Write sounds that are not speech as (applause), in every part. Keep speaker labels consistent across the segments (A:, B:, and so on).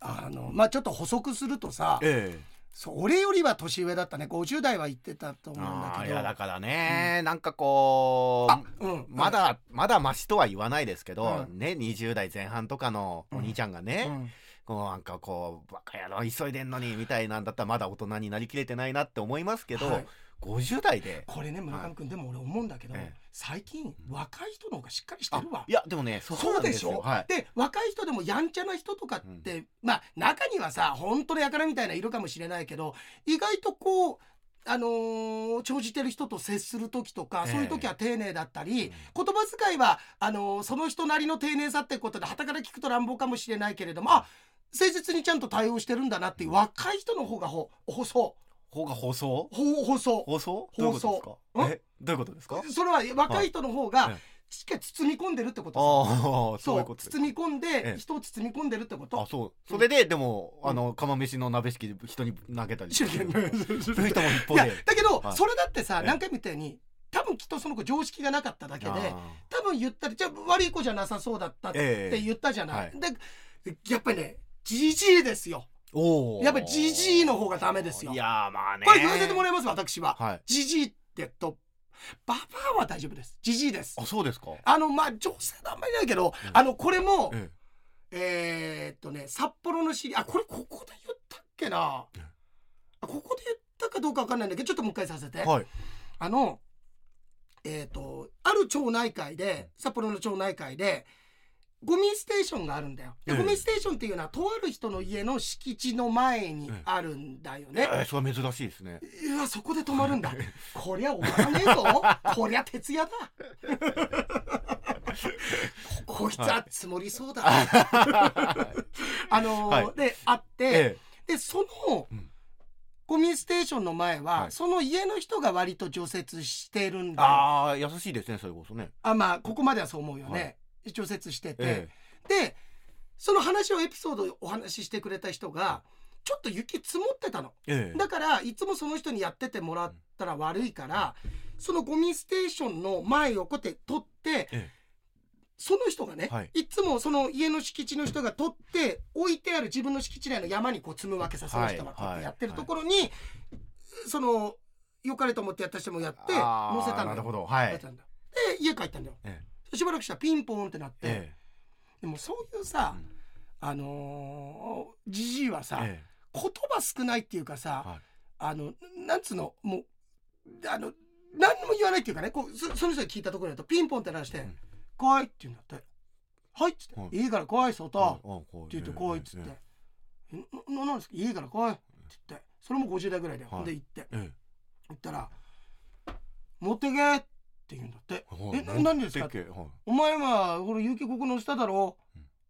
A: あのまあちょっと補足するとさ、
B: ええ
A: そ俺よりは年上だったね50代は言ってたと思うんだ
B: あーい
A: けど
B: やだからね、なんかこう
A: うん、
B: まだ、まだマシとは言わないですけど、
A: う
B: ね、20代前半とかのお兄ちゃんがね、
A: うん
B: こうなんかこう、バカ野郎急いでんのに、みたいなんだったらまだ大人になりきれてないなって思いますけど、
A: はい
B: 50代で。
A: これね村上君、でも俺思うんだけど、
B: ええ
A: 最近若い人の方がしっかりしてるわ
B: いや、でもね、
A: そう
B: なん
A: ですし
B: よ
A: ょ、
B: はい。
A: で若い人でもやんちゃな人とかって、まあ中にはさ本当の輩みたいないるかもしれないけど意外とこうあのー長じてる人と接する時とか、
B: ええ
A: そういう時は丁寧だったり、
B: うん
A: 言葉遣いはあのーその人なりの丁寧さってことで傍から聞くと乱暴かもしれないけれどもあ誠実にちゃんと対応してるんだなっていう若い人の方がほ細
B: ほが放送
A: ほ細
B: 放送
A: 放送
B: どうい
A: ん
B: うことですかえどういうことですか
A: それは若い人の方
B: はい
A: が
B: え
A: しっかり包み込んでるってことさ
B: ああ、そう
A: そ
B: いううことです
A: 包み込ん
B: え
A: で
B: え
A: 人を包み込んでるってこと
B: あ、そう。それで、でも、
A: うん
B: あの、釜飯の鍋敷き人に投げたり。
A: 知 (laughs) らんけど
B: そういう人も一
A: い
B: 方
A: や
B: で。
A: だけど、
B: はい
A: それだってさ
B: ええ
A: 何回も言ったように多分きっとその子常識がなかっただけで
B: あー
A: 多分言ったりじゃあ悪い子じゃなさそうだったって
B: ええ
A: 言ったじゃない、
B: は
A: でやっぱりねジジイですよ
B: おー
A: やっぱジジイの方がダメですよ
B: いやーまあね。
A: これ言わせてもらいます私は
B: はい。
A: ジジイってとババアは大丈夫ですジジイです
B: あ、そうですか。
A: あのまあ女性のあんまりいないけど、
B: うん
A: あのこれもえ
B: え
A: ー、っとね札幌の知りあこれここで言ったっけな、
B: ええ
A: あここで言ったかどうかわかんないんだけどちょっともう一回させて、
B: えはい。
A: あの、えっ、と、ある町内会で、札幌の町内会で、ゴミステーションがあるんだよ。で
B: ええ
A: ゴミステーションっていうのは、とある人の家の敷地の前にあるんだよ
B: え
A: ね。
B: ー、それは珍しいですね。
A: いや、そこで止まるんだ。こりゃ終わらねえぞ。
B: (laughs)
A: こりゃ徹夜だ。ここいつは積もりそうだ。あのー
B: は
A: で、あって、
B: え
A: でその、
B: うん
A: ゴミステーションの前は、
B: はい
A: その家の人が割と除雪してるん
B: え
A: (laughs) だよ
B: ああ、優しいですね、それこそね。
A: あまあここまではそう思うよね、
B: は
A: 除雪してて、
B: え
A: でその話をエピソードをお話ししてくれた人がちょっと雪積もってたの
B: えええ
A: だからいつもその人にやっててもらったら悪いからそのゴミステーションの前をこうやって取って、
B: え
A: その人がね、
B: はい
A: い、つもその家の敷地の人が取って置いてある自分の敷地内の山にこう積むわけさその人がこうやってやってるところに、その良かれと思ってやった人もやって
B: あー
A: 乗せたの
B: な
A: よ
B: るほど。は
A: やっ
B: い
A: た。んだで家帰ったんだよ
B: え
A: しばらくしたらピンポーンってなって、
B: え
A: でもそういうさ、
B: うん
A: あのーじじいはさ、
B: え
A: 言葉少ないっていうかさ、
B: はい
A: あのなんつうのもうあの何も言わないっていうかねこうそその人に聞いたところだとピンポンって鳴らして
B: うん
A: 「怖い」って言うんだって「はい」っつって
B: は
A: 「
B: い
A: いいから怖い外」
B: あ
A: って
B: こう
A: 言って「怖い」っつって
B: え
A: 「んななんですかいいから怖い」って言ってそれも50代ぐらいだよ、
B: はい
A: で行って
B: ええ
A: 行ったら「持ってけ」って言うんだって
B: えはい
A: えな何ですか
B: 持ってけはい
A: お前はこれ有給ここの下だろ、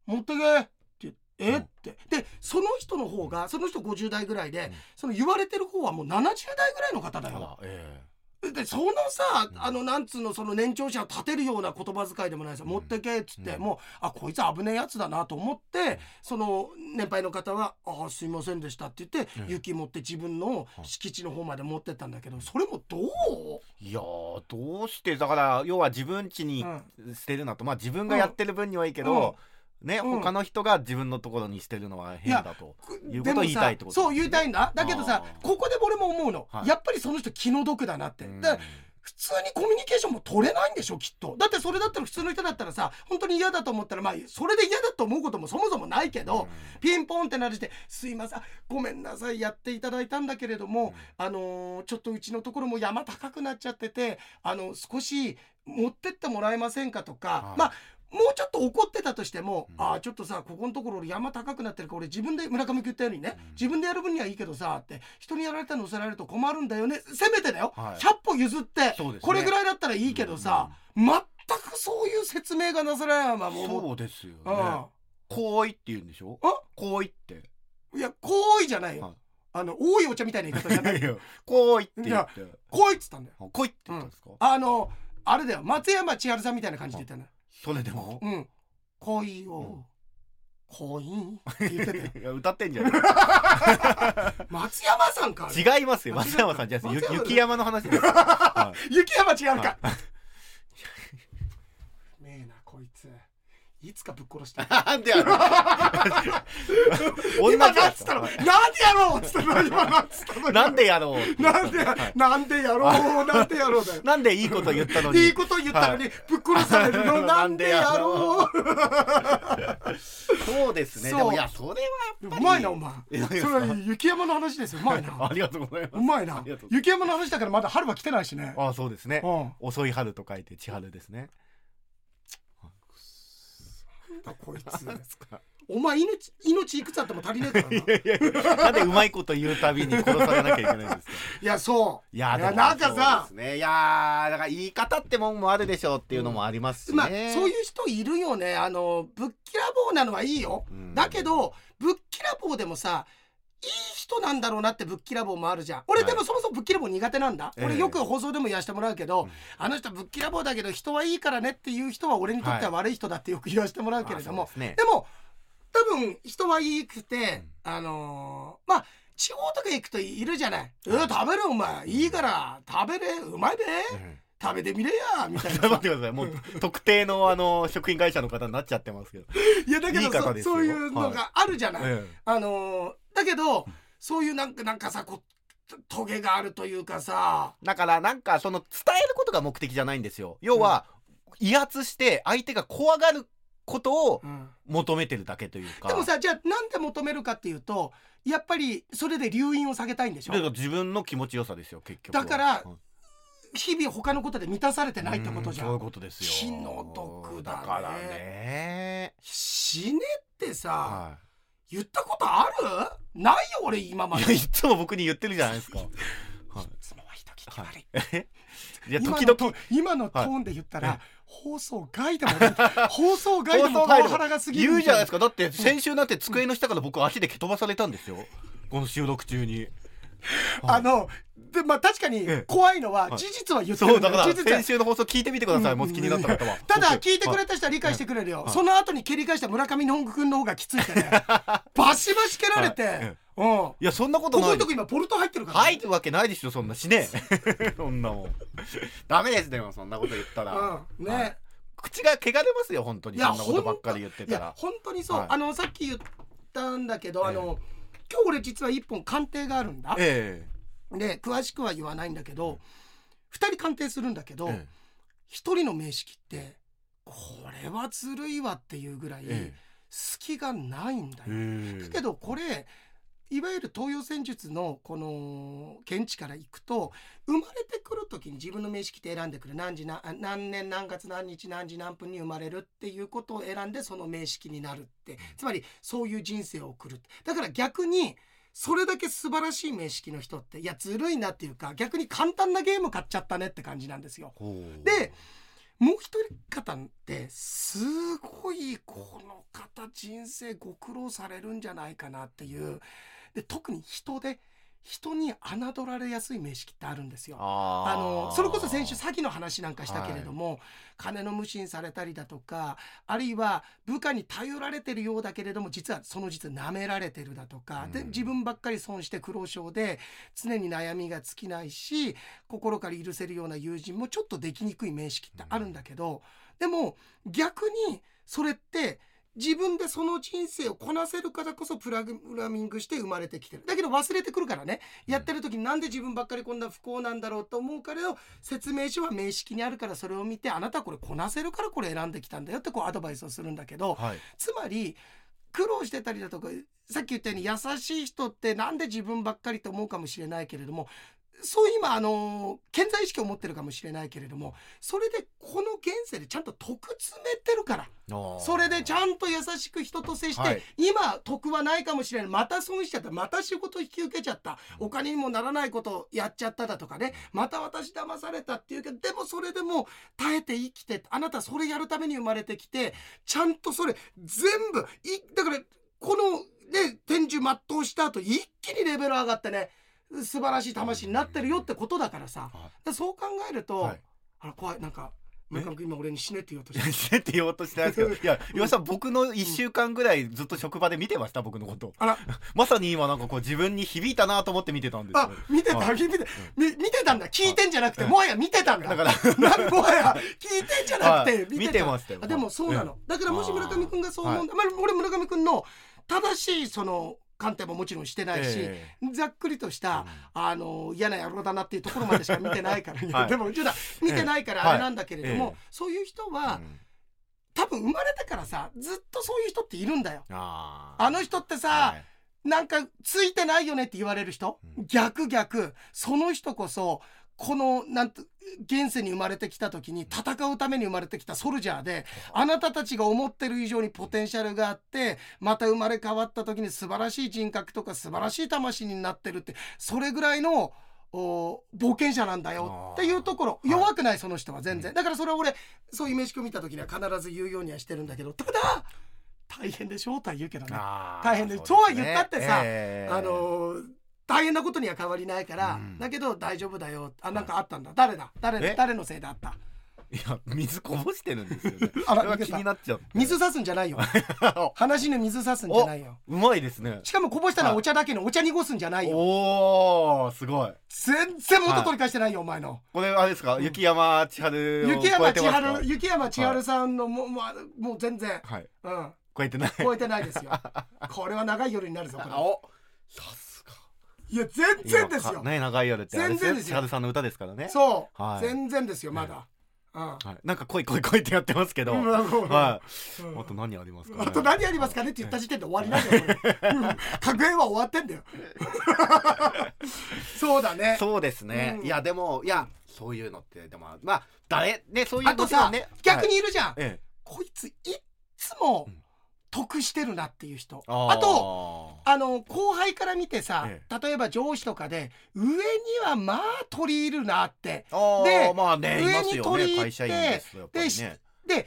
A: 持ってけってえ、
B: うん
A: ってでその人の方がその人50代ぐらいで、
B: うん
A: その言われてる方はもう70代ぐらいの方だ
B: あ
A: よ
B: らえ
A: でそのさ、
B: うん
A: あのなんつうのその年長者を立てるような言葉遣いでもないさ、
B: うん
A: 持ってけっつって、
B: うん
A: もうあこいつ危ねえやつだなと思って、その年配の方は「ああすいませんでした」って言って、
B: うん
A: 雪持って自分の敷地の方まで持ってったんだけどそれもどう、
B: えいやーどうしてだから要は自分家に
A: うん
B: 捨てるなとまあ自分がやってる分にはいいけどね
A: うん
B: 他の人が自分のところに捨てるのは変だということを言いたいってこと
A: でもさそう言いたいんだだけどさ
B: あー
A: ここで俺も思うの、
B: はい
A: やっぱりその人気の毒だなって、だから普通にコミュニケーションも取れないんでしょきっとだってそれだったら普通の人だったらさ本当に嫌だと思ったらまあそれで嫌だと思うこともそもそもないけど、ピンポンってなるして「すいませんあごめんなさいやっていただいたんだけれども、あのーちょっとうちのところも山高くなっちゃっててあの少し持ってってもらえませんか」とか、
B: はい
A: まあもうちょっと怒ってたとしても、
B: うん
A: ああちょっとさここのところ俺山高くなってるから俺自分で村上君言ったようにね、
B: うん
A: 自分でやる分にはいいけどさって人にやられたの乗せられると困るんだよねせめてだよ、
B: はい
A: 100歩譲って、
B: そうですね
A: これぐらいだったらいいけどさ、全くそういう説明がなされないまま
B: うん
A: もう
B: そうですよ
A: うん
B: ね行為って言うんでしょ
A: あ
B: 行為って
A: いや行為じゃないよ、
B: はい
A: あの多いお茶みたいな言い方じゃ
B: (laughs)
A: ない
B: 行為って言って
A: 来いっつったんだよ
B: 行為って言ったんですか
A: あのあれだよ松山千春さんみたいな感じで言ったんだよ
B: それでも
A: うん恋を恋って言ってたよ (laughs)
B: いや歌ってんじゃん
A: 松山さんかあれ
B: 違いますよ
A: 間違えた
B: 松山さんじゃあ
A: 松山さん
B: 雪山の話ですよは
A: (laughs) 雪山違うか、うめえなこいついつかぶっ殺 (laughs) してやる
B: なんでやろう女
A: 今
B: じ
A: ないん
B: ゃなで
A: つ
B: す
A: っ
B: か
A: たのなんでやろうっつったの今なんつったの
B: (laughs) なんでやろう
A: なんでやなんでやろうなんでやろうだよ
B: なんでいいこと言ったのに
A: いいこと言ったのにぶっ殺されるの (laughs) なんでやろう
B: そうですね
A: そう
B: でもいやそれはやっぱ
A: う
B: り
A: まいなお前
B: いやいや
A: それ雪山の話ですようまい
B: あ
A: な
B: りがとうございま
A: うまい
B: あ
A: な
B: りがとう
A: 雪山の話だからまだ春は来てないしね
B: すあそうですね
A: うん
B: 遅い春と書いて千春ですね
A: こいつ
B: なんですか
A: (laughs) お前命命いくつあっても足りねえからない
B: (laughs) やいやいやなんでうまいこと言うたびに殺されなきゃいけないんですか
A: いやそ
B: いや
A: い
B: で
A: や
B: も
A: なんかさ
B: そうですねいやーだから言い方ってもんもあるでしょうっていうのもありますし
A: う
B: ね、
A: まあそういう人いるよねあのぶっきらぼうなのはいいよ
B: うん
A: だけどぶっきらぼうでもさいい人なんだろうなってぶっきらぼうもあるじゃん俺
B: はい
A: でもそもそもぶっきらぼう苦手なんだ、
B: ええ
A: 俺よく放送でも言わせてもらうけど、
B: うん
A: あの人ぶっきらぼうだけど人はいいからねっていう人は俺にとっては悪い人だってよく言わせてもらうけれども、
B: あそうですね
A: でも多分人はいいくて、あのーまあ地方とか行くといるじゃない「えー食べれお前いいから食べれうまいべ
B: うん
A: 食べてみれや」みたいな
B: (laughs) ちょっ
A: さ
B: と待ってくださいもう特定のあの食品会社の方になっちゃってますけど、
A: いやだけ
B: いい
A: ど
B: 方
A: そ
B: ですよ
A: そういうのがあるじゃない、
B: え
A: あのーだけどそういうなんかなんかさこうとトゲがあるというかさ
B: えだからなんかその伝えることが目的じゃないんですよ要は、威圧して相手が怖がることを求めてるだけというか
A: でもさじゃあなんで求めるかっていうとやっぱりそれで留飲を下げたいんでし
B: だから
A: ょ
B: 自分の気持ちよさですよ結局は
A: だから
B: うん
A: 日々他のことで満たされてないってことじゃ
B: うんそうんいうことですよ
A: 気の毒だね
B: からね
A: 死ねってさ、
B: は
A: 言ったことあるないよ俺今ま
B: い、
A: で
B: いやいつも僕に言ってるじゃない
A: (laughs)
B: ですかはい
A: つもは人聞き
B: は
A: 悪い
B: いや
A: 今
B: 時
A: の
B: 々
A: ト今のトーンで言ったら、
B: はい
A: 放送外でも
B: (laughs)
A: ない放送外でもパワハラが過ぎる
B: 言うじゃないです
A: か
B: かだって先週なんて机の下から僕足で蹴飛ばされたんですよこの収録中に
A: あのでまあ確かに
B: ええ
A: 怖いのは
B: はい
A: 事実は言ってる
B: そうん
A: だ
B: だ
A: よ
B: から
A: 事実は
B: 先週の放送聞いてみてくださいもし気になった方は
A: (laughs) ただ聞いてく
B: れ
A: れた人は理解してくれるよ、
B: はい
A: その後に蹴り返した村上の本君の方がきついから
B: (laughs)
A: ねバシバシ蹴られて、
B: はいえ
A: うんこ
B: いやそんなこと
A: こ
B: な
A: の
B: い
A: とこ今ポルト入ってるからね、
B: 入るわけないでしょそんなしねえ (laughs) そんなもんダメですでもそんなこと言ったら、
A: うんね、
B: はい口が汚れますよ本当に
A: いや
B: そんなことばっかり言って
A: い
B: た
A: や
B: ら
A: 本当にそう、
B: はい
A: あのさっき言ったんだけど、あ
B: え
A: の今日俺実は一本鑑定があるんだ、
B: え
A: で詳しくは言わないんだけど2人鑑定するんだけ
B: え
A: ど、
B: ええ
A: 一1人の名式ってこれはずるいわっていうぐらい
B: え
A: 隙がないんだよ。
B: え
A: だけどこれいわゆる東洋戦術のこの見地からいくと生まれてくる時に自分の名式って選んでくる何時なあ何年何月何日何時何分に生まれるっていうことを選んでその名式になるってつまりそういう人生を送るってだから逆にそれだけ素晴らしい名式の人っていやずるいなっていうか逆に簡単なゲーム買っちゃったねって感じなんですよ。
B: ほう
A: でもう一人方ってすごいこの方人生ご苦労されるんじゃないかなっていうで特に人で人に侮られやすい名式ってあるんですよ。
B: あー
A: あのそれこそ先週詐欺の話なんかしたけれども、金の無心されたりだとかあるいは部下に頼られてるようだけれども実はその実舐められてるだとか、
B: うん
A: で自分ばっかり損して苦労症で常に悩みが尽きないし心から許せるような友人もちょっとできにくい面識ってあるんだけど、でも逆にそれって自分でその人生をこなせるからこそプログラミングして生まれてきてるだけど忘れてくるからねやってる時になんで自分ばっかりこんな不幸なんだろうと思うからよ説明書は名式にあるからそれを見てあなたはこれこなせるからこれ選んできたんだよってこうアドバイスをするんだけど、
B: はい
A: つまり苦労してたりだとかさっき言ったように優しい人ってなんで自分ばっかりと思うかもしれないけれどもそう今あの健在意識を持ってるかもしれないけれどもそれでこの現世でちゃんと得詰めてるからそれでちゃんと優しく人と接して、
B: はい
A: 今得はないかもしれないまた損しちゃったまた仕事引き受けちゃったお金にもならないことをやっちゃっただとかねまた私騙されたっていうけどでもそれでも耐えて生きてあなたそれやるために生まれてきてちゃんとそれ全部いだからこのね天寿全うした後一気にレベル上がってね素晴らしい魂になってるよってことだからさ、
B: はい
A: でそう考えると、
B: はい
A: あら怖いなんか村上君今俺に死ねって言おうと
B: (laughs) い
A: し
B: や
A: て
B: 死ねって言おうとしてないですけどいや岩井さん僕の1週間ぐらいずっと職場で見てました僕のこと
A: あら
B: (laughs) まさに今なんかこう自分に響いたなと思って見てたんです
A: あ
B: よ
A: 見てた
B: は
A: 見てたみ見てたんだ聞いてんじゃなくてもはや見てたんだ
B: だから
A: (laughs) なもはや聞いてんじゃ (laughs) なく
B: は
A: て
B: い
A: 見
B: 見
A: て
B: て
A: た
B: ましたよ
A: あでもそうなのだからもし
B: あー
A: 村上君がそう思うんだまあ俺村上君の正しいその観点ももちろんしてないし
B: え
A: ざっくりとし
B: え
A: たあの嫌な野郎だなっていうところまでしか見てないから、いや
B: は
A: (laughs)
B: い
A: でもちょっと見てないから
B: ええ
A: あれなんだけれども、
B: はいええ
A: そういう人
B: うん
A: は
B: うん
A: 多分生まれてからさずっとそういう人っているんだよ。
B: あー
A: あの人ってさ、
B: はい
A: なんかついてないよねって言われる人、
B: うん
A: 逆逆その人こそこのなんて現世に生まれてきた時に戦うために生まれてきたソルジャーであなたたちが思ってる以上にポテンシャルがあってまた生まれ変わった時に素晴らしい人格とか素晴らしい魂になってるってそれぐらいのお冒険者なんだよっていうところ
B: あー
A: 弱くないその人は全然、
B: う
A: だからそれは俺そういう飯組見た時には必ず言うようにはしてるんだけどただ大変でしょうとは言うけどね。
B: あー
A: 大変で
B: う
A: そうは言ったってさ
B: ええ
A: あのー大変なことには変わりないから、
B: うん
A: だけど大丈夫だよあなんかあったんだ誰だ誰
B: え
A: 誰のせいだった
B: いや水こぼしてるんですよね
A: (laughs) あら
B: それが気になっちゃう
A: 水さすんじゃないよ話に水さすんじゃないよ
B: (laughs) うまいですね
A: しかもこぼしたのはお茶だけのお茶濁すんじゃないよ
B: おおすごい
A: 全然元取り返してないよお前の
B: これあれですか
A: うん
B: 雪山千春を超
A: 雪
B: え
A: 山
B: て
A: 千
B: ますか
A: 春雪山千春さんのもうもうもう全然
B: はい
A: うん
B: 超えてない
A: 超えてないですよこれは長い夜になるぞこれ
B: おさすが
A: いや全然です
B: いや
A: よ
B: かね長い夜ってあれ
A: 全然ですよ
B: 千春さんの歌ですからね
A: そう、
B: はい
A: 全然ですよまだ、
B: はいなんか恋恋恋ってやってますけど
A: うん
B: はいあ
A: うん
B: と何ありますかね
A: あと何やりますかねって言った時点で終わりなんだよ。
B: (laughs)
A: これ格言は終わってんだよ。 (laughs) そうだね。
B: そうですね
A: うん
B: いやでもいやそういうのってでもまあ誰ねそういう
A: あと
B: もちろ
A: さ
B: んね、
A: 逆
B: はい
A: にいるじゃん。
B: ええ
A: こいついっつも
B: うん
A: 得してるなっていう人。
B: ー
A: あと、あの後輩から見てさ、
B: え
A: 例えば上司とかで上にはまあ取り入るなって
B: あ
A: で
B: でまあねい
A: 上に
B: ますよ
A: 取り入
B: ね
A: って
B: 会社員ですとやっぱり
A: で
B: ね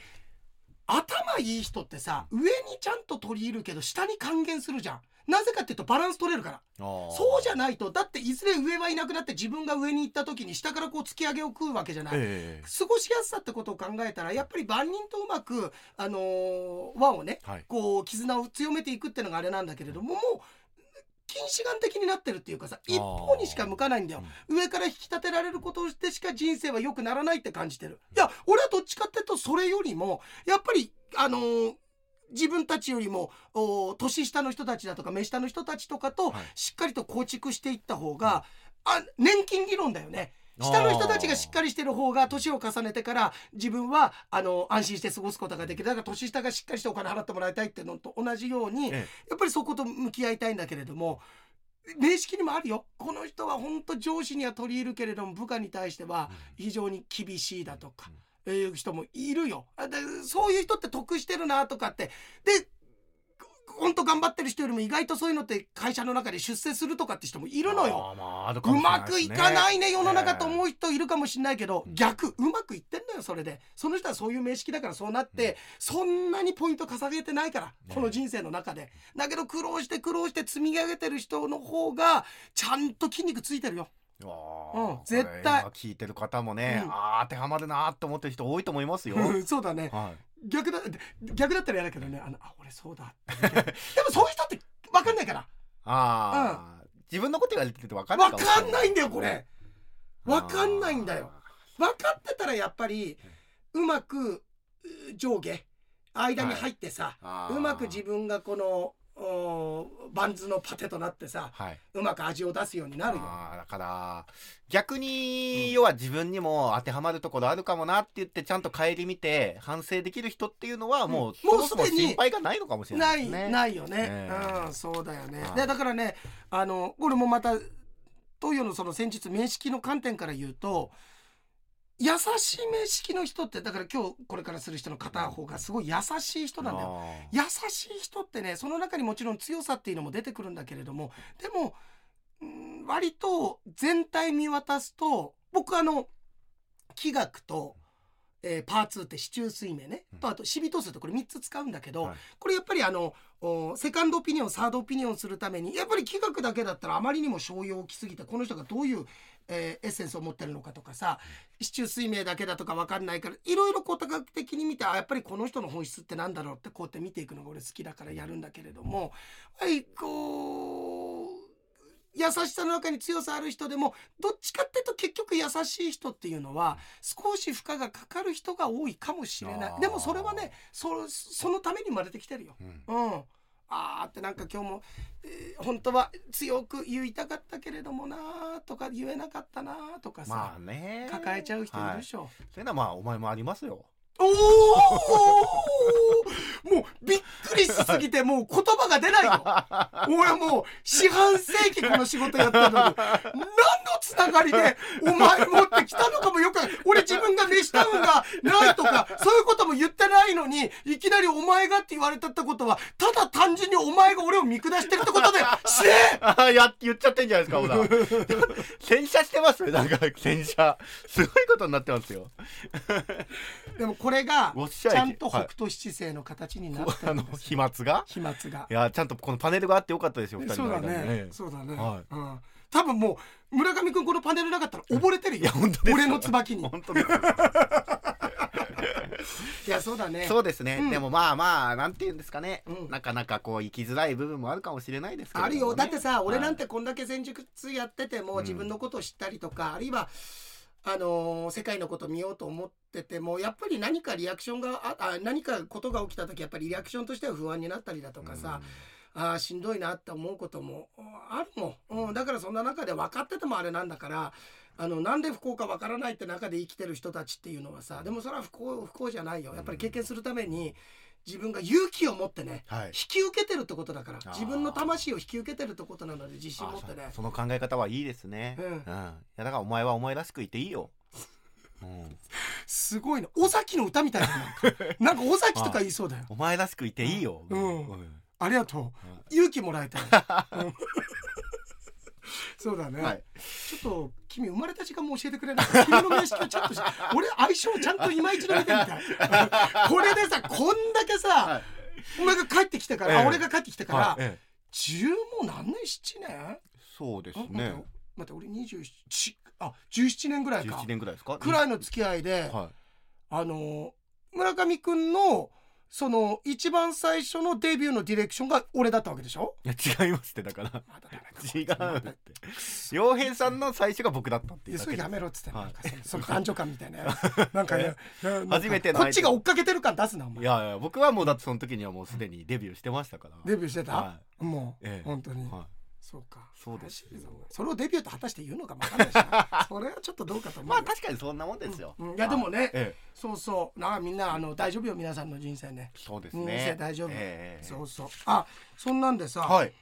A: 頭いい人ってさ上にちゃんと取り入るけど下に還元するじゃんなぜかっていうとバランス取れるからそうじゃ
B: な
A: ないとだっていずれ上はいなくなって自分が上に行った時に下からこう突き上げを食うわけじゃない、
B: ええ
A: 過ごしやすさってことを考えたらやっぱり万人とうまく、あのー輪をね
B: はい
A: こう絆を強めていくっていうのがあれなんだけれどももう近視眼的になってるっていうかさ一方にしか向かないんだよ上から引き立てられることでしか人生は良くならないって感じてるいや俺はどっちかっていうとそれよりもやっぱりあのー自分たちよりもお年下の人たちだとか目下の人たちとかと
B: はい
A: しっかりと構築していった方が、あ年金議論だよね下の人たちがしっかりしてる方が年を重ねてから自分はあの安心して過ごすことができるだから年下がしっかりしてお金払ってもらいたいっていうのと同じように、
B: え
A: やっぱりそこと向き合いたいんだけれども面識にもあるよこの人は本当上司には取り入るけれども部下に対しては非常に厳しいだとかいう人もいるよあでそういう人って得してるなとかってで本当頑張ってる人よりも意外とそういうのって会社の中で出世するとかって人もい
B: い
A: るのよ。
B: まあある
A: う
B: かもしれ
A: ま
B: な
A: く
B: です
A: い
B: ね
A: かないね世の中と思う人いるかもしれないけど
B: うん
A: 逆うまくいってんのよそれでその人はそういう名識だからそうなってそんなにポイント掲げてないから
B: え
A: この人生の中でだけど苦労して苦労して積み上げてる人の方がちゃんと筋肉ついてるよ
B: うわ
A: うん
B: ー
A: 絶対
B: これ今聞いてる方もね、
A: うん
B: あー当てはまるなーって思ってる人多いと思いますよ、
A: (laughs) うんそうだね
B: はい
A: 逆だ逆だったら嫌だけどねあのあ俺そうだってでもそういう人って分かんないから
B: あー、自分のこと言われてて分かんない
A: 分かんないんだよこれ分かんないんだよ分かってたらやっぱりうまくう上下間に入ってさ、
B: あー
A: うまく自分がこのおーバンズのパテとなってさ
B: はいう
A: まく味を出すようになるよ。
B: あーだから逆に、要は自分にも当てはまるところあるかもなって言ってちゃんと顧みて反省できる人っていうのはもう、
A: うんもう
B: そそも
A: すでに
B: 心配がないのかもしれな
A: ない
B: で
A: い
B: すね
A: ないよね、
B: ええ
A: うんそうだよね
B: はい
A: でだからねあのこれもまた東洋のその戦術面識の観点から言うと優しい面識の人ってだから今日これからする人の片方がすごい優しい人なんだよ。
B: あ
A: 優
B: ー
A: しい人ってねその中にもちろん強さっていうのも出てくるんだけれどもでもうん割と全体見渡すと僕あの気学とえーパー2って市中水明ね
B: うん
A: パートシビト数ってこれ3つ使うんだけど、
B: はい
A: これやっぱりあのおセカンドオピニオンサードオピニオンするためにやっぱり企画だけだったらあまりにも商用きすぎてこの人がどういう、えーエッセンスを持ってるのかとかさ市中水明だけだとか分かんないからいろいろこう多角的に見てあやっぱりこの人の本質ってなんだろうってこうやって見ていくのが俺好きだからやるんだけれどもはいこう優しさの中に強さある人でもどっちかっていうと結局優しい人っていうのは少し負荷がかかる人が多いかもしれな
B: あ
A: い
B: ー
A: でもそれはねそそのために生まれてきてるよ。
B: うん
A: うんあーってなんか今日も、えー本当は強く言いたかったけれどもなーとか言えなかったなーとかさ、
B: まあね
A: 抱えちゃう人いるで
B: ょ、
A: しょ、
B: はい、そういうのはまあお前もありますよ
A: おおもうびっくりしすぎてもう言葉が出ないよ俺もう四半世紀この仕事やったのに何のつながりでお前持ってきたのかもよく俺自分が飯タウンがないとかそういうことも言ってないのにいきなり「お前が」って言われたってことはただ単純にお前が俺を見下してるってことで死ね
B: ああや言っちゃってんじゃないですか小田 (laughs) 洗車してますなんか洗車すごいことになってますよ
A: でもこれが
B: ウォッシ
A: ち
B: ャー液
A: ゃんと北斗七星の形になって
B: あ
A: るん
B: の
A: です
B: 飛沫が
A: 飛沫が
B: い。やちゃんとこのパネルがあってよかったですよ二人
A: そう
B: の
A: だ
B: 間に
A: ね。そうだね。
B: は
A: うん。多分もう村上くんこのパネルなかったら溺れてる
B: い
A: よ
B: や。本当です
A: 俺の椿に。
B: 本当です
A: いやそうだね。
B: (laughs) そうですね、
A: うん
B: でもまあまあなんて言うんですかね、
A: うん
B: なかなかこう生きづらい部分もあるかもしれないですけれど
A: あ
B: もね、
A: るよ。だってさ、俺なん
B: は
A: てこんだけ戦術やってても
B: うん
A: 自分のことを知ったりとか、あるいはあのー世界のこと見ようと思っててもやっぱり何かリアクションがああ何かことが起きた時やっぱりリアクションとしては不安になったりだと
B: い
A: かさ、あーしんどいなって思うこともうんあるもん、う、
B: うんん
A: だからそんな中で分かっててもあれなんだからあのなんで不幸か分からないって中で生きてる人たちっていうのはさでもそれは不幸不幸じゃないよやっぱり経験するために自分が勇気を持ってね
B: うんはい
A: 引き受けてるってことだから
B: ー
A: 自分の魂を引き受けてるってことなので自信
B: あ
A: 持ってね
B: そその考え方はいいですね
A: うん
B: いやだからお前はお前らしくいていいよ、
A: (laughs)
B: うん、
A: すごいね尾崎の歌みたいななん (laughs) かなんか尾崎とか言いそうだよ
B: お前らしくいていいよ、
A: うん
B: ん
A: ありがとう勇気もらえた (laughs) ようんそうだね、
B: はい、
A: ちょっと君生まれた時間も教えてくれない君の名識をちゃん (laughs) とし俺相性をちゃんと今一度見てみたい (laughs) これでさこんだけさ、
B: い
A: お前が帰ってきてから、あ
B: ええ
A: 俺が帰ってきてから、
B: はいええ
A: 10もう何年7年あ
B: そうです
A: 待って
B: ね
A: 待って俺27ちあ17年ぐらいか
B: 11年ぐらいですか
A: くらいの付き合いで、
B: は
A: あの村上くんのその一番最初のデビューのディレクションが俺だったわけでしょ
B: い、いや違いますってだから
A: まだダメか
B: 違うっ
A: まだ
B: て洋平さんの最初が僕だったってい
A: で
B: うだ
A: そ
B: け
A: れ
B: で
A: やめろっつって、
B: はい
A: なんかそのその男女感み
B: (laughs)
A: たいなやつなんかねなんか
B: 初めての
A: こっちが追っかけてる感出すなお
B: い
A: 前
B: やいや僕はもうだってその時にはもうすでにデビューしてましたから
A: デビューしてた、
B: は
A: もう、
B: ええ
A: 本当に、
B: は
A: そうか
B: そうですよ
A: マジお前それをデビューと果たして言うのかもわかんないし
B: (laughs)
A: なそれはちょっとどうかと
B: い、
A: 思う
B: まあ
A: よ
B: 確かにそんなもんですよ、
A: うんいやでもね、
B: ええ
A: そうそうなあみんなあの大丈夫よ皆さんの人生ね
B: そうです
A: 人生
B: ね
A: 大丈夫、
B: ええ
A: そうそうあそんなんでさ、
B: はい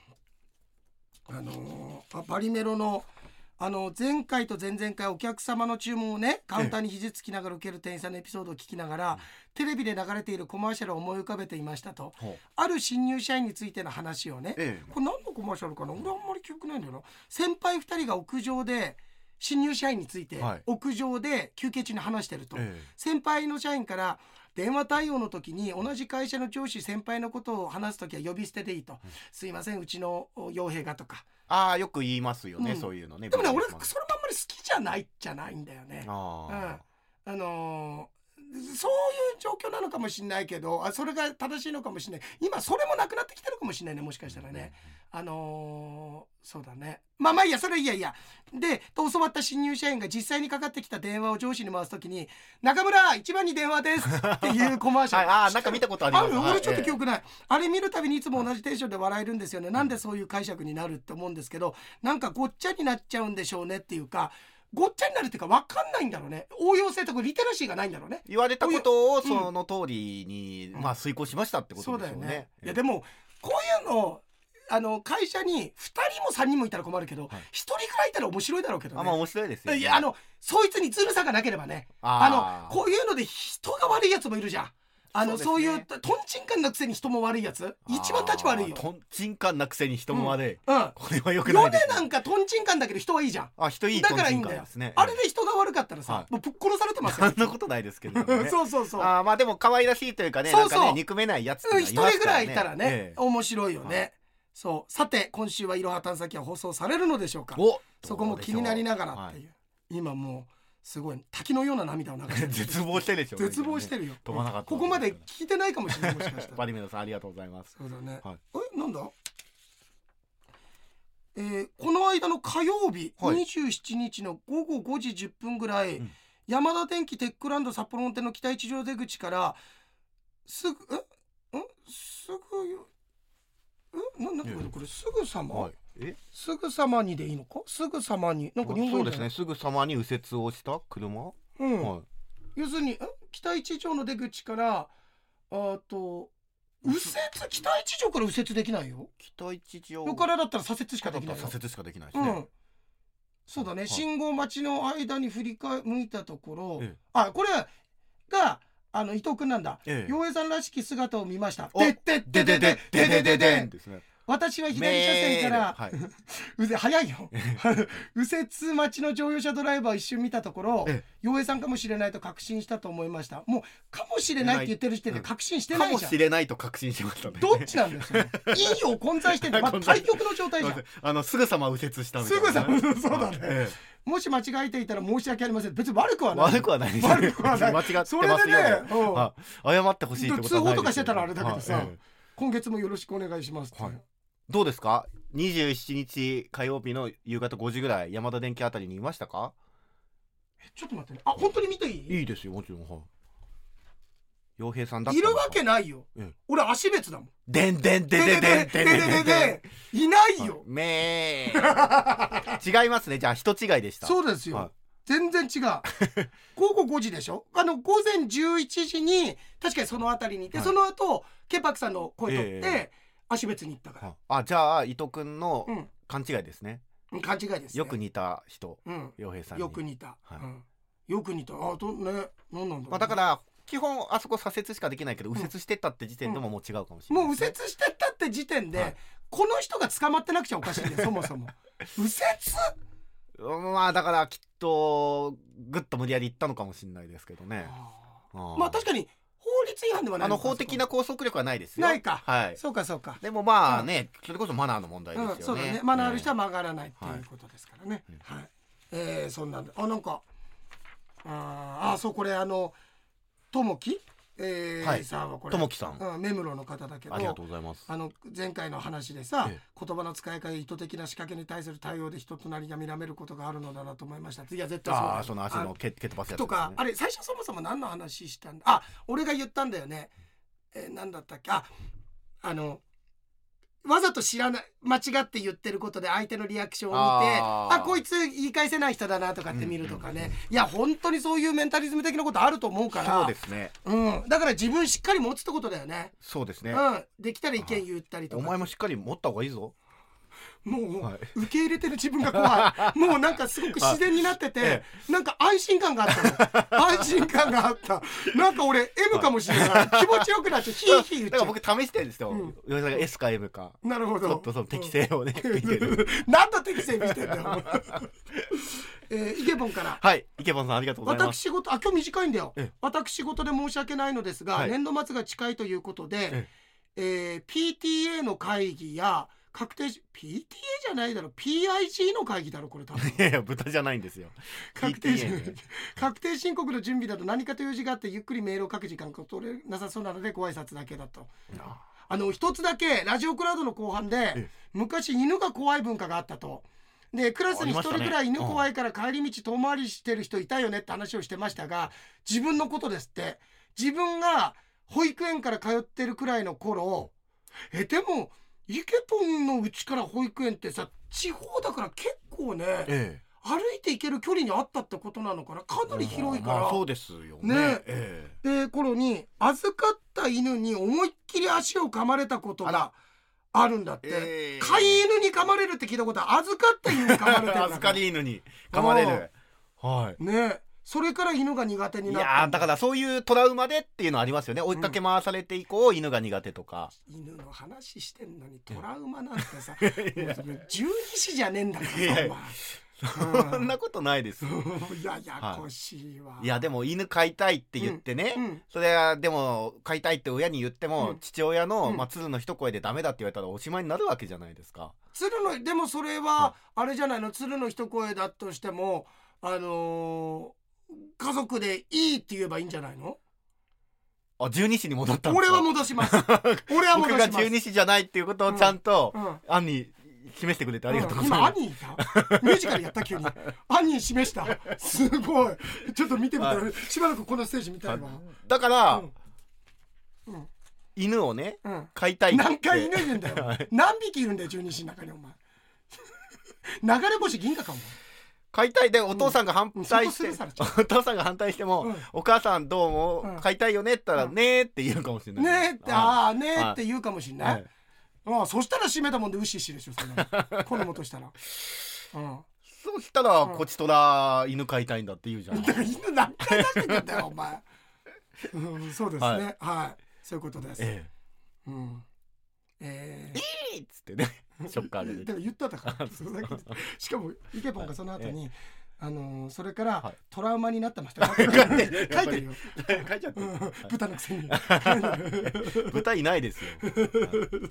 A: あのーあバリメロの、あの前回と前々回お客様の注文をねカウンターに肘つきながら受ける店員さんのエピソードを聞きながら、テレビで流れているコマーシャルを思い浮かべていましたと
B: ほう
A: ある新入社員についての話をね、
B: ええ
A: これ何のコマーシャルかな俺あんまり記憶ないんだよな先輩2人が屋上で新入社員について
B: はい
A: 屋上で休憩中に話してると、
B: ええ
A: 先輩の社員から電話対応の時に同じ会社の上司先輩のことを話す時は呼び捨てでいいと「すいませんうちの傭兵が」とか
B: ああよく言いますよね、
A: うん
B: そういうのね
A: でもね俺
B: ビジネスマン
A: それもあんまり好きじゃないじゃないんだよね。
B: あ
A: あのーそういう状況なのかもしれないけどあそれが正しいのかもしれない今それもなくなってきてるかもしれないねもしかした
B: あ、
A: らね。あのーそうだねまあまあいいやそれはいいやいやでと教わった新入社員が実際にかかってきた電話を上司に回すときに「中村一番に電話です」っていうコマーシャ
B: はい、
A: ル
B: ああなんか見たことあります
A: ある
B: はい
A: 俺ちょっと記
B: え
A: 憶ない、あれ見るたびにいつも同じテンションで笑えるんですよねなんでそういう解釈になるって思うんですけどなんかごっちゃになっちゃうんでしょうねっていうかごっちゃになるっていうか分かんないんだろうね応用性とかリテラシーがないんだろうね
B: え言われたことを
A: ん
B: その通りに、
A: うん
B: まあ遂行しましたってこ
A: そ
B: と
A: う
B: で
A: だ
B: す
A: よ
B: よ
A: ね
B: ね
A: いや
B: え
A: でもこういうのあの会社に2人も3人もいたら困るけど、
B: はい
A: 一1人くらいいたら面白いだろうけ
B: え
A: ど
B: あまあ
A: ね
B: 面白いですよ、ね、
A: いやあのそいつにずるさがなければねあの
B: あー
A: こういうので人が悪いやつもいるじゃんあの
B: そ
A: そうう,、
B: ですね
A: いうとんちんかんなくせに人も悪いやつ一番立ち悪いよ
B: あーとんちんかんなくせに人も悪
A: う
B: い、
A: ん
B: これはよくな
A: 米
B: いです、ね、
A: なんかとんちんかんだけど人はいいじゃん
B: あ人いい
A: だ
B: とん
A: からい
B: ち
A: いん
B: んか
A: だ
B: ん
A: よ
B: ですね
A: あれで人が悪かったらさ、
B: はい
A: もうぶっ殺されてます
B: そ
A: よ、
B: んなことないですけれども、 (laughs) ね
A: そうそうそう
B: あーまあでも可愛らしいというかね
A: そうそう
B: なんかね憎めないやつっていう
A: 一
B: のは
A: 人ぐらいいたらね、
B: ええ
A: 面白いよね、
B: は
A: そうさて今週は「いろは探査機」は放送されるのでしょうか
B: お
A: そこも気になりながら
B: は
A: ってい、
B: いう
A: 今もうすごい滝のような涙を流してる
B: (laughs) 絶望してるでしょうね
A: 絶望してるよ、
B: 飛ばなかった
A: ここまで聞いてないかもしれないもしかしたら
B: バリメドさんありがとうございます
A: そうだね、
B: はい
A: えなんだえーこの間の火曜日、
B: はい
A: 27日の午後5時10分ぐらい、
B: うん
A: 山田電機テックランド札幌本店の北一条出口からすぐえんすぐよえなんなんてこ
B: いやい
A: れ
B: や
A: これすぐさま、
B: はいえ
A: すぐさまにでいいのかすぐさまになんか日本語
B: そ
A: み
B: うで
A: た
B: す
A: いな
B: ねすぐさまに右折をした車、
A: うん、
B: はい
A: 要するにん北一条の出口からあと右折北一条から右折できないよ
B: 北一条
A: ここからだったら左折しかできないよ
B: 左折しかできないです
A: う
B: ね、
A: んそうだね、
B: はい
A: 信号待ちの間に振りか向いたところ、
B: ええ
A: あこれがあの伊藤君なんだ
B: ええ
A: 洋平さんらしき姿を見ました。
B: お
A: ででででででででで
B: ですね
A: 私は左車線から、
B: メールはいう
A: ぜ早いよ (laughs) 右折待ちの乗用車ドライバーを一瞬見たところ
B: え
A: 洋平さんかもしれないと確信したと思いましたもうかもしれないって言ってる時点で
B: うん
A: 確信して
B: か
A: ない
B: も
A: じゃん
B: しれないと確信しましたね
A: どっちなんだよそれ
B: (laughs)
A: 陰陽混在してんだよまあ
B: 混在
A: 対極の状態じゃん
B: あのすぐさま右折したみた
A: す
B: いな
A: ぐ
B: ね
A: さそうだ
B: はい
A: ね
B: え
A: もし間違えていたら申し訳ありません別に悪くは
B: え
A: ない
B: 悪くはないです
A: 悪くはない
B: (laughs) 間違ってます
A: そ
B: よ
A: れでねうん
B: はい謝ってほしいってことはないです
A: 通
B: よね
A: 報とかしてたらあれだけどさ
B: はいええ
A: 今月もよろしくお願いしますって
B: はいどうですか27日火曜日の夕方5時ぐらい山田電機あたりにいましたか
A: ちょっと待ってねあ本当に見ていい
B: いいですよもちろんはい洋平さんだった
A: い
B: のか
A: るわけないよ
B: うん
A: 俺足別だもん
B: でんでんでんでんでんでんでんでんでんでん
A: でいないよ
B: めー違いますねじゃあ人違いでした
A: そうですよ、
B: はい
A: 全然違う
B: (laughs)
A: 午後5時でしょあの午前11時に確かにその辺りにいて、
B: はい
A: その後ケパクさんの声取って、
B: ええ
A: 足別に行ったから、
B: あじゃあ伊藤君の
A: うん
B: 勘違いですね
A: うん勘違いです、ね、
B: よく、似た人
A: うん、
B: 洋平さんに
A: よく似た、
B: はい
A: うんよく似たあどねなんなんだろうね、
B: まあだから基本あそこ左折しかできないけど右折してったって時点でももう違うかもしれない
A: もう右折
B: 折
A: してったって時点で、
B: はい
A: この人が捕まってなくちゃおかしいんだ
B: (laughs)
A: よそもそも右折
B: まあだからきっとぐっと無理やり行ったのかもしれないですけどねあー
A: まあ確かに法律違反ではない
B: あの
A: のか
B: 法的な拘束力はないですよ
A: ないか
B: はい
A: そうかそうか
B: でもまあねそれこそマナーの問題ですよね
A: うん、そうだね。マナーある人は
B: ね
A: 曲がらないっていうことですからね。はい。えーそんなんで、あなんか、あーあそうこれあのともき、えー
B: はい
A: さんはこれ、
B: ともきさん
A: うん、メムロの方だけど。
B: ありがとうございます
A: あの前回の話でさ、
B: え
A: 言葉の使い方や意図的な仕掛けに対する対応で人となりが見られることがあるのだなと思いました。いや絶対そうだ
B: ああーその足の蹴蹴飛ばすやつ
A: とか、あ
B: れ
A: れ最初そもそも何の話したんだあ俺が言ったんだよねえー、何だったっけああのわざと知らない間違って言ってることで相手のリアクションを見てあ
B: あー
A: こいつ言い返せない人だなとかって見るとかね、いや本当にそういうメンタリズム的なことあると思うから
B: そうですね
A: うん、だから自分しっかり持つってことだよね、
B: そうですね
A: うん、できたら意見言ったりと
B: お
A: か
B: 前もしっかり持った方がいいぞ
A: もう、
B: はい
A: 受け入れてる自分が怖い
B: (laughs)
A: もうなんかすごく自然になってて、
B: え
A: なんか安心感があった
B: (laughs)
A: の安心感があったなんか俺 M かもしれない、気持ちよくなっ
B: (laughs)
A: ちゃうヒーヒー言っち
B: だか
A: ゃ
B: ら僕試してるんですよ
A: うん
B: 吉田が S か M か
A: うなるほ
B: ち
A: ど
B: ょっとその適性
A: (laughs)
B: をね見てる
A: うん何の適性見てんだよ、 (laughs) えー、イケボンから
B: はい池本さんありがとうございま
A: 私
B: す
A: 仕事あ今日短いんだよ
B: ええ
A: 私仕事で申し訳ないのですが、
B: はい
A: 年度末が近いということで
B: え、
A: えー PTA の会議や確定し PTA じゃないだろ PIG の会議だろこれ多分
B: いやいや豚じゃないんですよ
A: 確定
B: PTA ね
A: 申確定申告の準備だと何かと用事があってゆっくりメールを書く時間が取れなさそうなのでご挨拶だけだとあの一つだけラジオクラウドの後半で
B: え
A: 昔犬が怖い文化があったとでクラスに一
B: ありました
A: 人
B: ね
A: ぐらい犬怖いから帰り道遠回りしてる人いたよねって話をしてましたが自分のことですって自分が保育園から通ってるくらいの頃えでもイケポンのうちから保育園ってさ地方だから結構ね
B: え
A: 歩いて行ける距離にあったってことなのかなかなり広いか
B: まあ
A: ら、
B: そうですよ
A: ね
B: ねええ
A: で頃に預かった犬に思いっきり足を噛まれたことがあるんだって、
B: ええ
A: 飼い犬に噛まれるって聞いたことは預かった犬に噛まれてるんだから
B: 預かり犬に噛まれるはい
A: ねそれから犬が苦手に
B: い
A: なった
B: やーだかららそういうトラウマでっていうのありますよね追いかけ回されて以降、犬が苦手とか
A: 犬の話してんのにトラウマなんて
B: (laughs)
A: さもう十二支じゃねえんだからさ
B: いや
A: お前
B: そ (laughs) んなことないですよ
A: うんややこしいわ、
B: いやでも犬飼いたいって言ってね、
A: うん
B: それはでも飼いたいって親に言っても、
A: うん
B: 父親の、
A: うん
B: まあ、鶴の一声でダメだって言われたらおしまいになるわけじゃないですか。
A: 鶴のでもそれはあれじゃないの鶴の一声だとしてもあのー家族でいいって言えばいいんじゃないの
B: あ十二支に戻ったんです
A: 俺
B: か
A: は戻します
B: (laughs)
A: 俺は
B: 僕
A: 戻
B: が
A: します
B: 十二支じゃないっていうことをちゃんと、
A: うん
B: 案に示してくれてありがとうござい
A: 今
B: ま
A: ア
B: す。
A: ニーいたミュージカルやった急にアニー示したすごいちょっと見てみたらしばらくこのステージ見たいわ
B: (laughs) だから、
A: うんうん
B: 犬をね
A: うん
B: 飼いたいって
A: 何回犬いるんだよ
B: はい
A: 何匹いるんだよ十二支の中にお前流れ星銀河かも
B: 飼いたいでお父さんが反対して、
A: うんそこスルーされちゃ
B: お父さんが反対しても、
A: うん
B: お母さんどうも、
A: うん
B: 飼いたいよねって言ったら、
A: うん
B: ねーって言うかもしれな
A: ねえ
B: い。
A: って
B: は
A: ああねえって言うかもしん
B: い
A: な
B: はい
A: いああそしたら閉めたもんでウシシでしょそんな (laughs) の子供としたら。うん、
B: そうしたら、
A: うん
B: こちとら犬飼いたいんだって言う (laughs) じゃん。
A: だから犬何回出してくんだよお前、うん、そうですね
B: は
A: はいい、そういうことです、
B: え
A: うんえー
B: え、っつって (laughs) ね、ショッカーで
A: でも言っただ (laughs) からそれだけでしかもイケポンがその後に、あのーそれから、
B: はい
A: トラウマになったの人書いて (laughs) る書いてるよ、
B: 書いちゃっ
A: う
B: てる
A: ん。豚のくせに (laughs)
B: 豚いないですよ。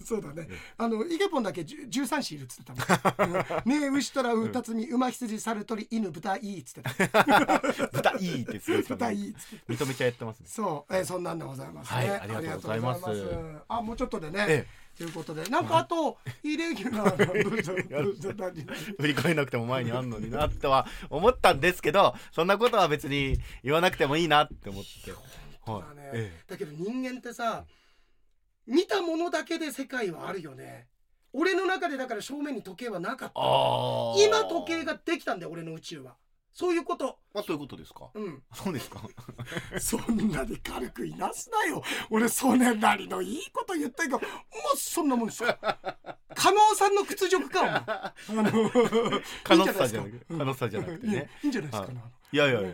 A: そうだね。あのイケポンだけ十三子いるっつってたもん。 (laughs) ねえ牛とらうたつみ馬羊猿鳥犬豚いいっつってた。
B: 豚いいってすごいですよね
A: 豚いいっつって。
B: 認めちゃやってますね。
A: そう、えー、そんなんでございますね。
B: はいありがとうございます
A: ありがとうございますあ、もうちょっとでね。
B: え
A: ということで、なんかあと、イレギュラーな文章文章何
B: 振り返らなくても前にあんのになとは思ったんですけど、そんなことは別に言わなくてもいいなって思って。は
A: だね
B: い。ええ
A: だけど人間ってさ見たものだけで世界はあるよね俺の中でだから正面に時計はなかった
B: あー
A: 今時計。ができたんだよ俺の宇宙はそういうこと
B: まあそういうことですか。
A: うん
B: そうです (laughs) か。
A: そんなに軽くいなすなよ俺それなりのいいこと言ったけどもうそんなもんです (laughs) よ加納さんの屈辱かお前あの
B: 可能
A: いいん
B: さ
A: ないです
B: じゃ
A: か
B: なく、可能さじゃなくて
A: うんいい
B: ね。
A: いいんじゃないですかね
B: いやいやいや。はい。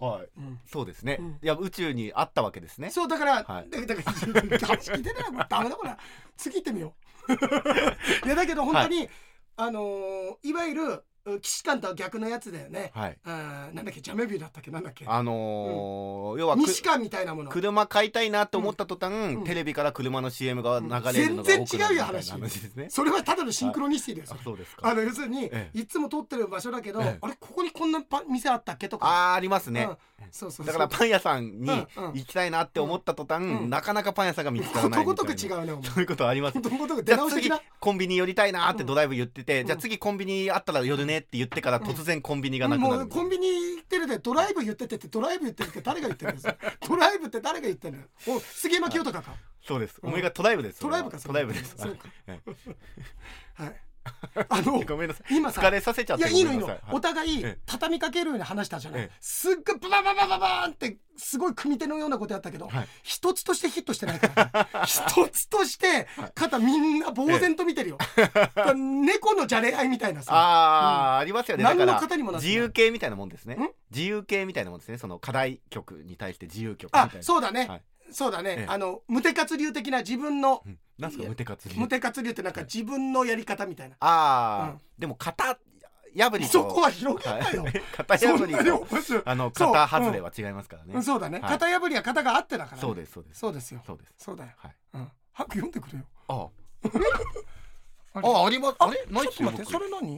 A: あのうん
B: そうですね
A: うん。
B: いや宇宙にあったわけですね。
A: そうだから、
B: はい
A: だだから話聞いてないもうダメだこれ次行ってみよういやだけど本当に、あのーいわゆるう騎士官とは逆のやつだよね
B: はい。
A: あーなんだっけジャメビューだったっけなんだっけ
B: あのー要はく
A: 西官みたいなもの
B: 車買いたいなと思った途端、
A: うん
B: テレビから車の CM が流れるのが多くなるみたいな話ですね。
A: それはただのシンクロニシティです
B: あ
A: よ、
B: そうです
A: あ
B: か。
A: の要するに、
B: ええ
A: いつも通ってる場所だけど、
B: ええ
A: あれここにこんなパ店あったっけとか
B: あーありますね。
A: うんそうそうそう
B: だからパン屋さんに
A: うんうん
B: 行きたいなって思った途端、
A: ん
B: なかなかパン屋さんが見つから
A: と
B: ないみ
A: こと
B: た
A: く
B: いな。
A: 違うねお前
B: そういうことあります。
A: とことく
B: じ
A: 出
B: ゃあ
A: 直し
B: 次
A: 的な
B: コンビニ寄りたいなってドライブ言ってて、
A: ん
B: じゃあ次コンビニあったら寄るねって言ってから突然コンビニがなくなる
A: もうコンビニ行ってるでドライブ言っててってドライブ言ってるって誰が言ってるんですかドライブって誰が言ってるのよお杉山清隆か
B: そうです。お前がトライブです。
A: トライブか
B: トライブです。
A: そうか
B: はい
A: はいあの
B: ごめんなさい。
A: 今さ
B: 疲れさせちゃっ
A: い
B: て
A: や
B: ご
A: い
B: め
A: い
B: んな
A: の
B: さ
A: い
B: い
A: いのお互い
B: ええ
A: 畳みかけるように話したじゃない
B: ええ
A: すっごいババババババーンってすごい組み手のようなことやったけど
B: はい
A: 一つとしてヒットしてないからね一つとして肩みんな呆然と見てるよだから猫のじゃれ合いみたいなさ
B: ああ、ありますよね。だ
A: 何
B: か
A: の
B: ら
A: 型にもなってない
B: 自由形みたいなもんですね
A: ん。
B: 自由形みたいなもんですね。その課題曲に対して自由曲みた
A: あ
B: いな。
A: そうだね
B: はい
A: そうだ
B: ええ
A: ねあの無手活流的な自分の
B: うん。なんす
A: い
B: か
A: や
B: 無手活流
A: 無手活流ってなんか自分のやり方みたいな
B: あ
A: う
B: あ、
A: ん
B: でも型破りと
A: そこは広げんなよ
B: はい型
A: そ
B: 破
A: ん
B: り
A: なにお
B: と
A: かしい
B: あの
A: そう
B: 型外れは違いますからね。
A: うんそうだね、
B: はい
A: 型破りは型があってだからね、
B: そうですそうです
A: そうですよ
B: そうです。
A: そうだよ
B: はい。
A: うん早く読んでくれよ
B: あ
A: (laughs) あ
B: あ、ああります。あれない
A: ちょっと
B: っすよ。
A: 待ってそ
B: 僕
A: れ何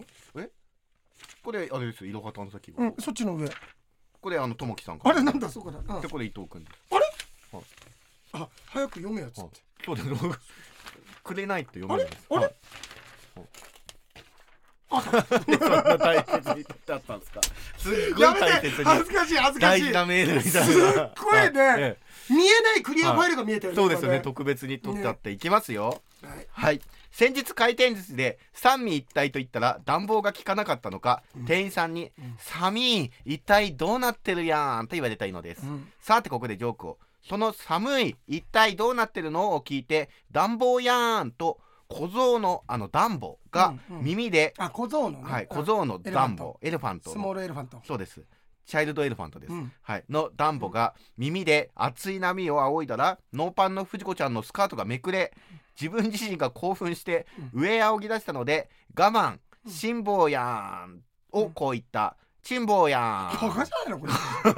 B: これあれですよ。いろは探査機
A: う
B: は
A: ん。そっちの上
B: これあのともきさんか
A: あ
B: ら。
A: れなんだそこだ、うん
B: でこれ伊藤君です。
A: あ早く読めよっつっ
B: はい
A: て
B: そうです。僕くれないって読めないです。
A: あれあれ
B: はいそんな大切にだったんですか。すっごい
A: やめ
B: 大
A: て
B: 切
A: 恥ず
B: に。
A: かしい恥ずか
B: 大
A: しい
B: 事なメールみたいな。
A: すっごいね
B: はえ
A: 見えないクリアファイルが見えた
B: え
A: よね、
B: そうですよね。
A: 今
B: 特別に取ってあっていきますよ。
A: ねはい
B: はい先日回転寿司で三味一体と言ったら暖房が効かなかったのか、店員さんに「寒い一体どうなってるやん」と言われたいのです、
A: うん
B: さてここでジョークをその「寒い一体どうなってるの?」を聞いて「暖房やん」と小僧のあの暖房が
A: うんうん
B: 耳で、
A: あ小僧のね、
B: はい、小
A: あ
B: 僧の
A: エレファ
B: 暖
A: ン
B: 房
A: ト
B: エレファント
A: スモー
B: の
A: ルエレファント
B: そうですチャイルドエレファントです、
A: うん
B: はい、のダンボが耳で熱い波を仰いだらノーパンの藤子ちゃんのスカートがめくれ自分自身が興奮して上仰ぎ出したので我慢
A: うん
B: 辛抱やんをこう言った辛抱や
A: バカじゃないのこ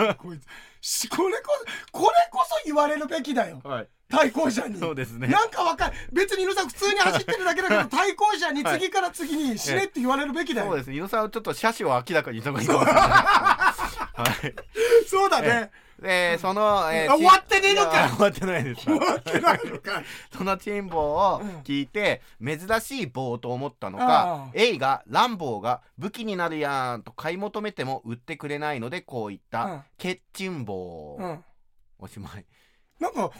A: れこいつしこれこそこれこそ言われるべきだよ
B: んはい
A: 対向車に
B: そうです
A: (laughs)
B: ね
A: なんかわかる別に犬さん普通に走ってるだけだ
B: (laughs)
A: けど対向車に次から次に死ねって言われるべきだよ、
B: そうですね伊野さんはちょっと車種を明らかにした方がいいかもしれ
A: (laughs)
B: ないはい
A: そうだね
B: でその、え
A: あ終わってねえの
B: い
A: か
B: や終わってないです
A: 終わってないのか
B: (laughs) そのチンボを聞いて、珍しい棒と思ったの
A: ああ
B: かエイが「ランボーが武器になるやん」と買い求めても売ってくれないのでこう言った「
A: うん
B: ケッチンボー、
A: うん
B: おしまい
A: なんか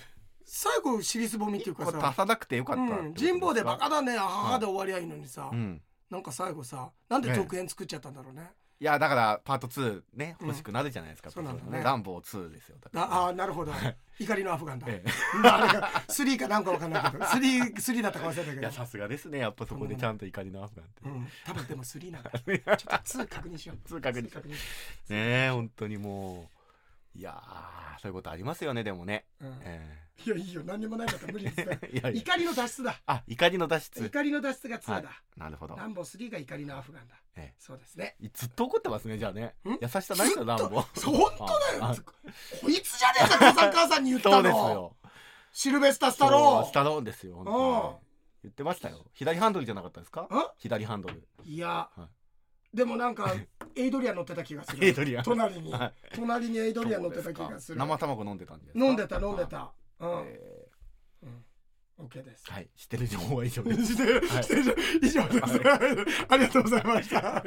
A: 最後尻すぼみってい
B: 一
A: うか
B: 個
A: さ
B: 足さなくてよかったってこ
A: う
B: と
A: ん、
B: ですか
A: 人望でバカだね母で終わりゃいいのにさ、
B: うん
A: なんか最後さなんで続編作っちゃったんだろうね
B: いやだからパート2ね
A: うん
B: 欲しくなるじゃないですか、
A: そうなんだね
B: ランボー2ですよだから
A: ああーなるほど怒りのアフガンだ、
B: え
A: あれか3かなんかわかんないけど 3, 3だったか忘れたけ
B: えい
A: ど
B: や、さすがですねやっぱそこでちゃんと怒りのアフガンって、
A: うん、多分でも3なんだ
B: (laughs)
A: ちょっと2確認しよう
B: 2確認
A: 2確認
B: ねえ本当にもういやーそういうことありますよねでもね、
A: うん
B: え
A: いやいいよ何にもないから無理です
B: (laughs) えいやいや
A: 怒りの脱出だ
B: あ怒りの脱出
A: 怒りの脱出が2だ、
B: はいなるほど
A: ランボー3が怒りのアフガンだ、
B: ええ
A: そうですね
B: ずっと怒ってますねじゃあね
A: ん
B: 優しさないですよランボ
A: ずっと (laughs) 本当だ
B: あ
A: よこいつじゃねえか母さん母さんに言った
B: そう
A: の
B: ですよ
A: シルベスタ・スタ
B: そう
A: ロ
B: スタローンですよ本当
A: うん
B: に言ってましたよ左ハンドルじゃなかったですか
A: ーん
B: 左ハンドル
A: いや、
B: は
A: でもなんかエイドリアン乗ってた気がする
B: (laughs) エイドリアン
A: 隣に、
B: はい
A: 隣にエイドリアン乗ってた気
B: そう
A: が
B: ですすか
A: る
B: 生卵飲んでたんですか
A: 飲んでた飲んでたうん
B: はい、え
A: うん、OK です
B: ーはい知ってる情報は以上です
A: (laughs) 失礼
B: はい
A: 失礼以上です、ありがとうございました